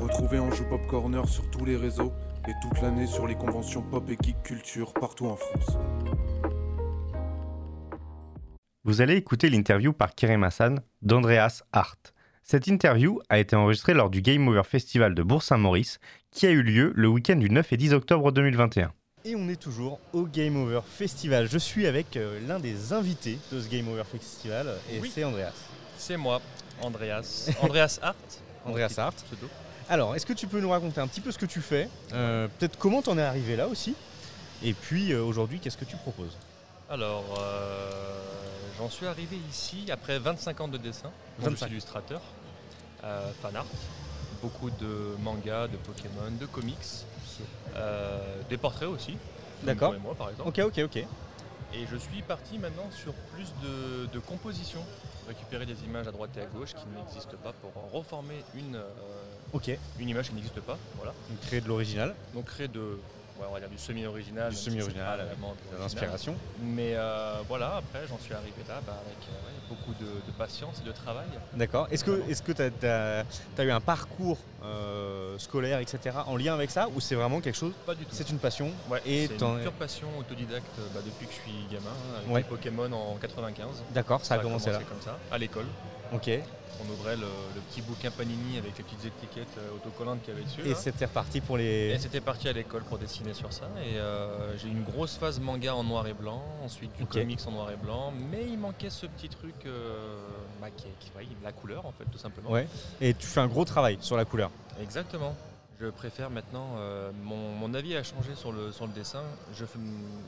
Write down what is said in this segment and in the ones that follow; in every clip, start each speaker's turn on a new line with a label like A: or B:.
A: Retrouvez Anjou Pop Corner sur tous les réseaux et toute l'année sur les conventions pop et geek culture partout en France.
B: Vous allez écouter l'interview par Kerem Hassan d'Andreas Hart. Cette interview a été enregistrée lors du Game Over Festival de Bourg-Saint-Maurice qui a eu lieu le week-end du 9 et 10 octobre 2021.
C: Et on est toujours au Game Over Festival. Je suis avec euh, l'un des invités de ce Game Over Festival et
D: Oui.
C: c'est Andreas.
D: C'est moi, Andreas. Andreas Hart.
C: Andreas Hart.
D: Pseudo.
C: Alors, est-ce que tu peux nous raconter un petit peu ce que tu fais Euh, Peut-être comment t'en es arrivé là aussi Et puis euh, aujourd'hui, qu'est-ce que tu proposes
D: Alors, euh, j'en suis arrivé ici après 25 ans de dessin. Je
C: 25.
D: suis illustrateur, euh, fan art, beaucoup de mangas, de Pokémon, de comics, euh, des portraits aussi. comme
C: D'accord.
D: toi et moi, par exemple.
C: Ok, ok, ok.
D: Et je suis parti maintenant sur plus de, de composition, récupérer des images à droite et à gauche qui n'existent pas pour en reformer une, euh,
C: Ok,
D: une image qui n'existe pas. Voilà.
C: donc créer de l'original,
D: Donc créer de, ouais, on va dire du semi-original. même
C: Du
D: si c'est
C: semi-original,
D: pas vraiment
C: de
D: l'original.
C: l'inspiration.
D: Mais euh, voilà, après j'en suis arrivé là bah, avec euh, ouais, beaucoup de, de patience et de travail.
C: D'accord. Est-ce que est-ce que t'as as, eu un parcours euh, scolaire, etc. en lien avec ça ou c'est vraiment quelque chose
D: Pas du tout.
C: C'est une passion
D: Ouais,
C: et
D: c'est
C: t'en
D: une
C: es-
D: pure passion autodidacte euh, bah, depuis que je suis gamin, hein, avec
C: Ouais.
D: les Pokémon en 95.
C: D'accord, ça a commencé là.
D: comme ça, à l'école.
C: Ok. Et
D: On ouvrait le, le petit bouquin Panini avec les petites étiquettes euh, autocollantes qu'il y avait dessus. là.
C: c'était reparti pour les.
D: Et c'était parti à l'école pour dessiner sur ça. Et euh, j'ai eu une grosse phase manga en noir et blanc, ensuite du
C: Ok.
D: comics en noir et blanc. Mais il manquait ce petit truc, euh, bah, qui- qui- ouais, la couleur en fait, tout simplement.
C: Ouais. Et tu fais un gros travail sur la couleur.
D: Exactement. Je préfère maintenant. euh, mon, mon avis a changé sur le, sur le dessin. Je, fais-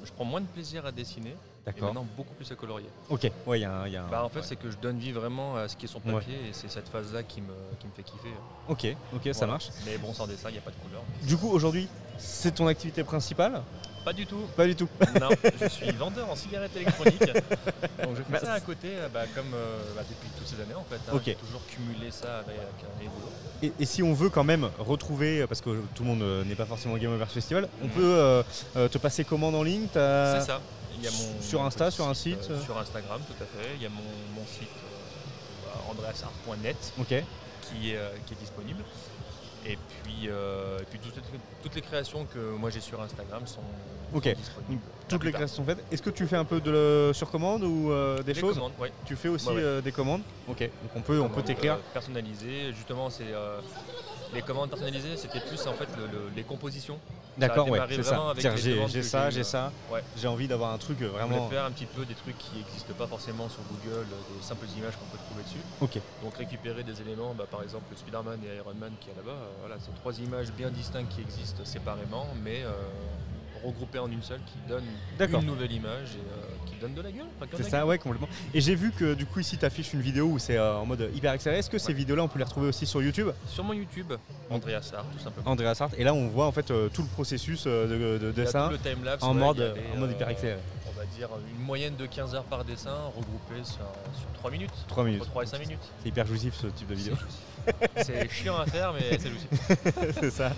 D: je prends moins de plaisir à dessiner et
C: D'accord.
D: maintenant beaucoup plus à colorier.
C: Eh ben, Ok. Ouais, il y a un. il y a un-
D: Bah, en fait,
C: ouais.
D: c'est que je donne vie vraiment à ce qui est sur
C: Ouais.
D: papier et c'est cette phase-là qui me, qui me fait kiffer.
C: Ok. Ok, ça
D: Voilà.
C: marche.
D: Mais bon, sans dessin, il n'y a pas de couleur.
C: Du coup, aujourd'hui, c'est ton activité principale
D: Pas du tout.
C: Pas du tout.
D: Non, je suis vendeur en cigarettes électroniques. Donc je fais
C: Merci.
D: ça à côté euh, bah, comme euh, bah, depuis toutes ces années en fait. hein.
C: Ok.
D: J'ai toujours cumulé ça avec euh, mes boulots.
C: Et, et si on veut quand même retrouver, parce que tout le monde euh, n'est pas forcément Game Over Festival, on
D: Mhm.
C: peut euh, euh, te passer commande en ligne t'as-
D: C'est ça. Il y a mon,
C: Euh, sur
D: mon
C: Insta,
D: petit
C: sur un site,
D: euh,
C: euh
D: Sur Instagram, tout à fait. Il y a mon, mon site euh, andreasart.net
C: Ok.
D: qui, est, euh, qui est disponible. Et puis, euh, et puis toutes, les, toutes les créations que moi j'ai sur Instagram sont, sont
C: Ok.
D: disponibles.
C: Toutes les
D: plupart.
C: créations sont faites. Est-ce que tu fais un peu de le- sur commande ou euh, des
D: Les
C: choses
D: commandes, ouais.
C: Tu fais aussi
D: Ouais, ouais.
C: euh, des commandes Ok. Donc on peut, on peut
D: Commandes,
C: t'écrire.
D: euh, personnalisées. Justement, c'est euh, les commandes personnalisées, c'était plus en fait le- le- les compositions.
C: D'accord, ouais,
D: démarré
C: c'est
D: vraiment
C: ça.
D: avec
C: Dire,
D: les
C: J'ai
D: demandes
C: j'ai
D: que
C: ça,
D: j'ai
C: j'ai
D: eues.
C: ça.
D: Ouais.
C: J'ai envie d'avoir un truc euh,
D: Je voulais
C: vraiment.
D: faire un petit peu des trucs qui n'existent pas forcément sur Google, euh, des simples images qu'on peut trouver dessus.
C: Ok.
D: Donc récupérer des éléments, bah, par exemple Spider-Man et Iron Man qui est là-bas, euh, voilà, c'est trois images bien distinctes qui existent séparément, mais euh, regroupées en une seule qui donne
C: D'accord.
D: une nouvelle image et euh, qui donne de la gueule. enfin, qui en
C: C'est
D: a
C: ça, ouais, complètement. Et j'ai vu que du coup ici t'affiches une vidéo où c'est euh, en mode hyper accéléré. Est-ce que ces
D: Ouais.
C: vidéos-là on peut les retrouver aussi sur YouTube
D: gueule. Sur mon YouTube, Andreas Sarr, tout simplement.
C: Andreas Hart. Et là on voit en fait euh, tout le processus euh, de- de,
D: Il y a
C: dessin
D: tout le timelapse,
C: en
D: ouais,
C: mode,
D: il y avait,
C: en mode
D: euh,
C: hyper accéléré.
D: On va dire une moyenne de 15 heures par dessin regroupée sur, sur 3 minutes.
C: 3 minutes.
D: Entre 3 et 5 minutes.
C: C'est hyper jouissif ce type de vidéo.
D: C'est chiant à faire, mais c'est aussi.
C: c'est ça.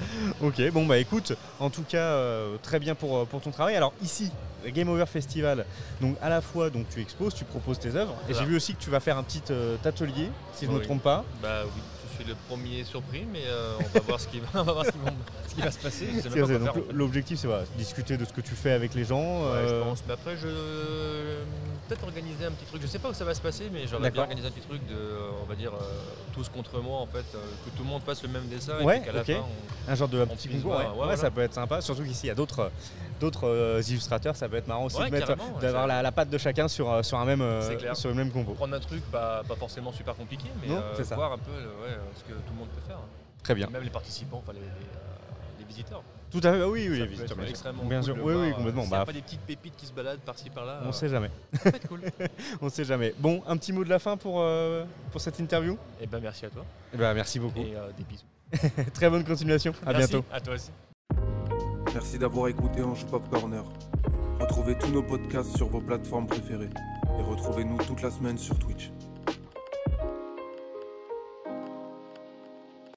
C: Ok, bon bah écoute, en tout cas, euh, très bien pour, euh, pour ton travail. Alors ici, Game Over Festival, donc à la fois donc tu exposes, tu proposes tes œuvres, et
D: Voilà.
C: j'ai vu aussi que tu vas faire un petit euh, atelier, si je ne me
D: Oui.
C: trompe pas.
D: Bah oui, je suis le premier surpris, mais euh, on va voir ce qui va, on va, voir ce qui vont- ce qui va se passer. Je sais
C: C'est
D: même pas
C: ça,
D: quoi
C: donc
D: faire, en fait.
C: L'objectif c'est voilà, discuter de ce que tu fais avec les gens.
D: Ouais,
C: euh,
D: je pense. Mais après, je peut-être organiser un petit truc. Je sais pas où ça va se passer, mais j'aurais
C: D'accord.
D: bien organisé un petit truc de, euh, on va dire, euh, tous contre moi en fait, euh, que tout le monde fasse le même dessin
C: Ouais,
D: et puis qu'à la
C: ok.
D: fin, on-
C: Un genre de
D: On
C: petit
D: puisse voir,
C: concours, ouais.
D: ouais,
C: Ouais,
D: voilà.
C: ça peut être sympa, surtout qu'ici il y a d'autres d'autres euh, illustrateurs, ça peut être marrant aussi
D: Ouais,
C: de mettre-
D: carrément, ouais,
C: d'avoir
D: ça-
C: la, la patte de chacun sur, euh, sur, un même, euh,
D: C'est clair.
C: sur le même combo.
D: prendre un truc, bah, pas forcément super compliqué, mais
C: Non,
D: euh,
C: c'est ça.
D: voir un peu, euh, ouais, euh, ce que tout le monde peut faire. hein.
C: Très bien.
D: Même les participants, enfin les, les, euh, les visiteurs.
C: Tout à fait, bah oui, oui,
D: Ça
C: les
D: peut
C: visiteurs,
D: être
C: bien
D: extrêmement
C: bien
D: cool
C: sûr.
D: de
C: Oui,
D: voir,
C: oui,
D: euh,
C: complètement.
D: s'il y a
C: Bah,
D: pas des petites pépites qui se baladent par-ci par-là.
C: on
D: euh,
C: sait jamais.
D: ça peut être cool.
C: On sait jamais. Bon, un petit mot de la fin pour, euh, pour cette interview
D: Et ben merci à toi
C: Merci beaucoup.
D: et euh, des bisous.
C: Très bonne continuation. À
D: Merci,
C: bientôt.
D: À toi aussi.
A: Merci d'avoir écouté Anjou Pop Corner. Retrouvez tous nos podcasts sur vos plateformes préférées et retrouvez-nous toute la semaine sur Twitch.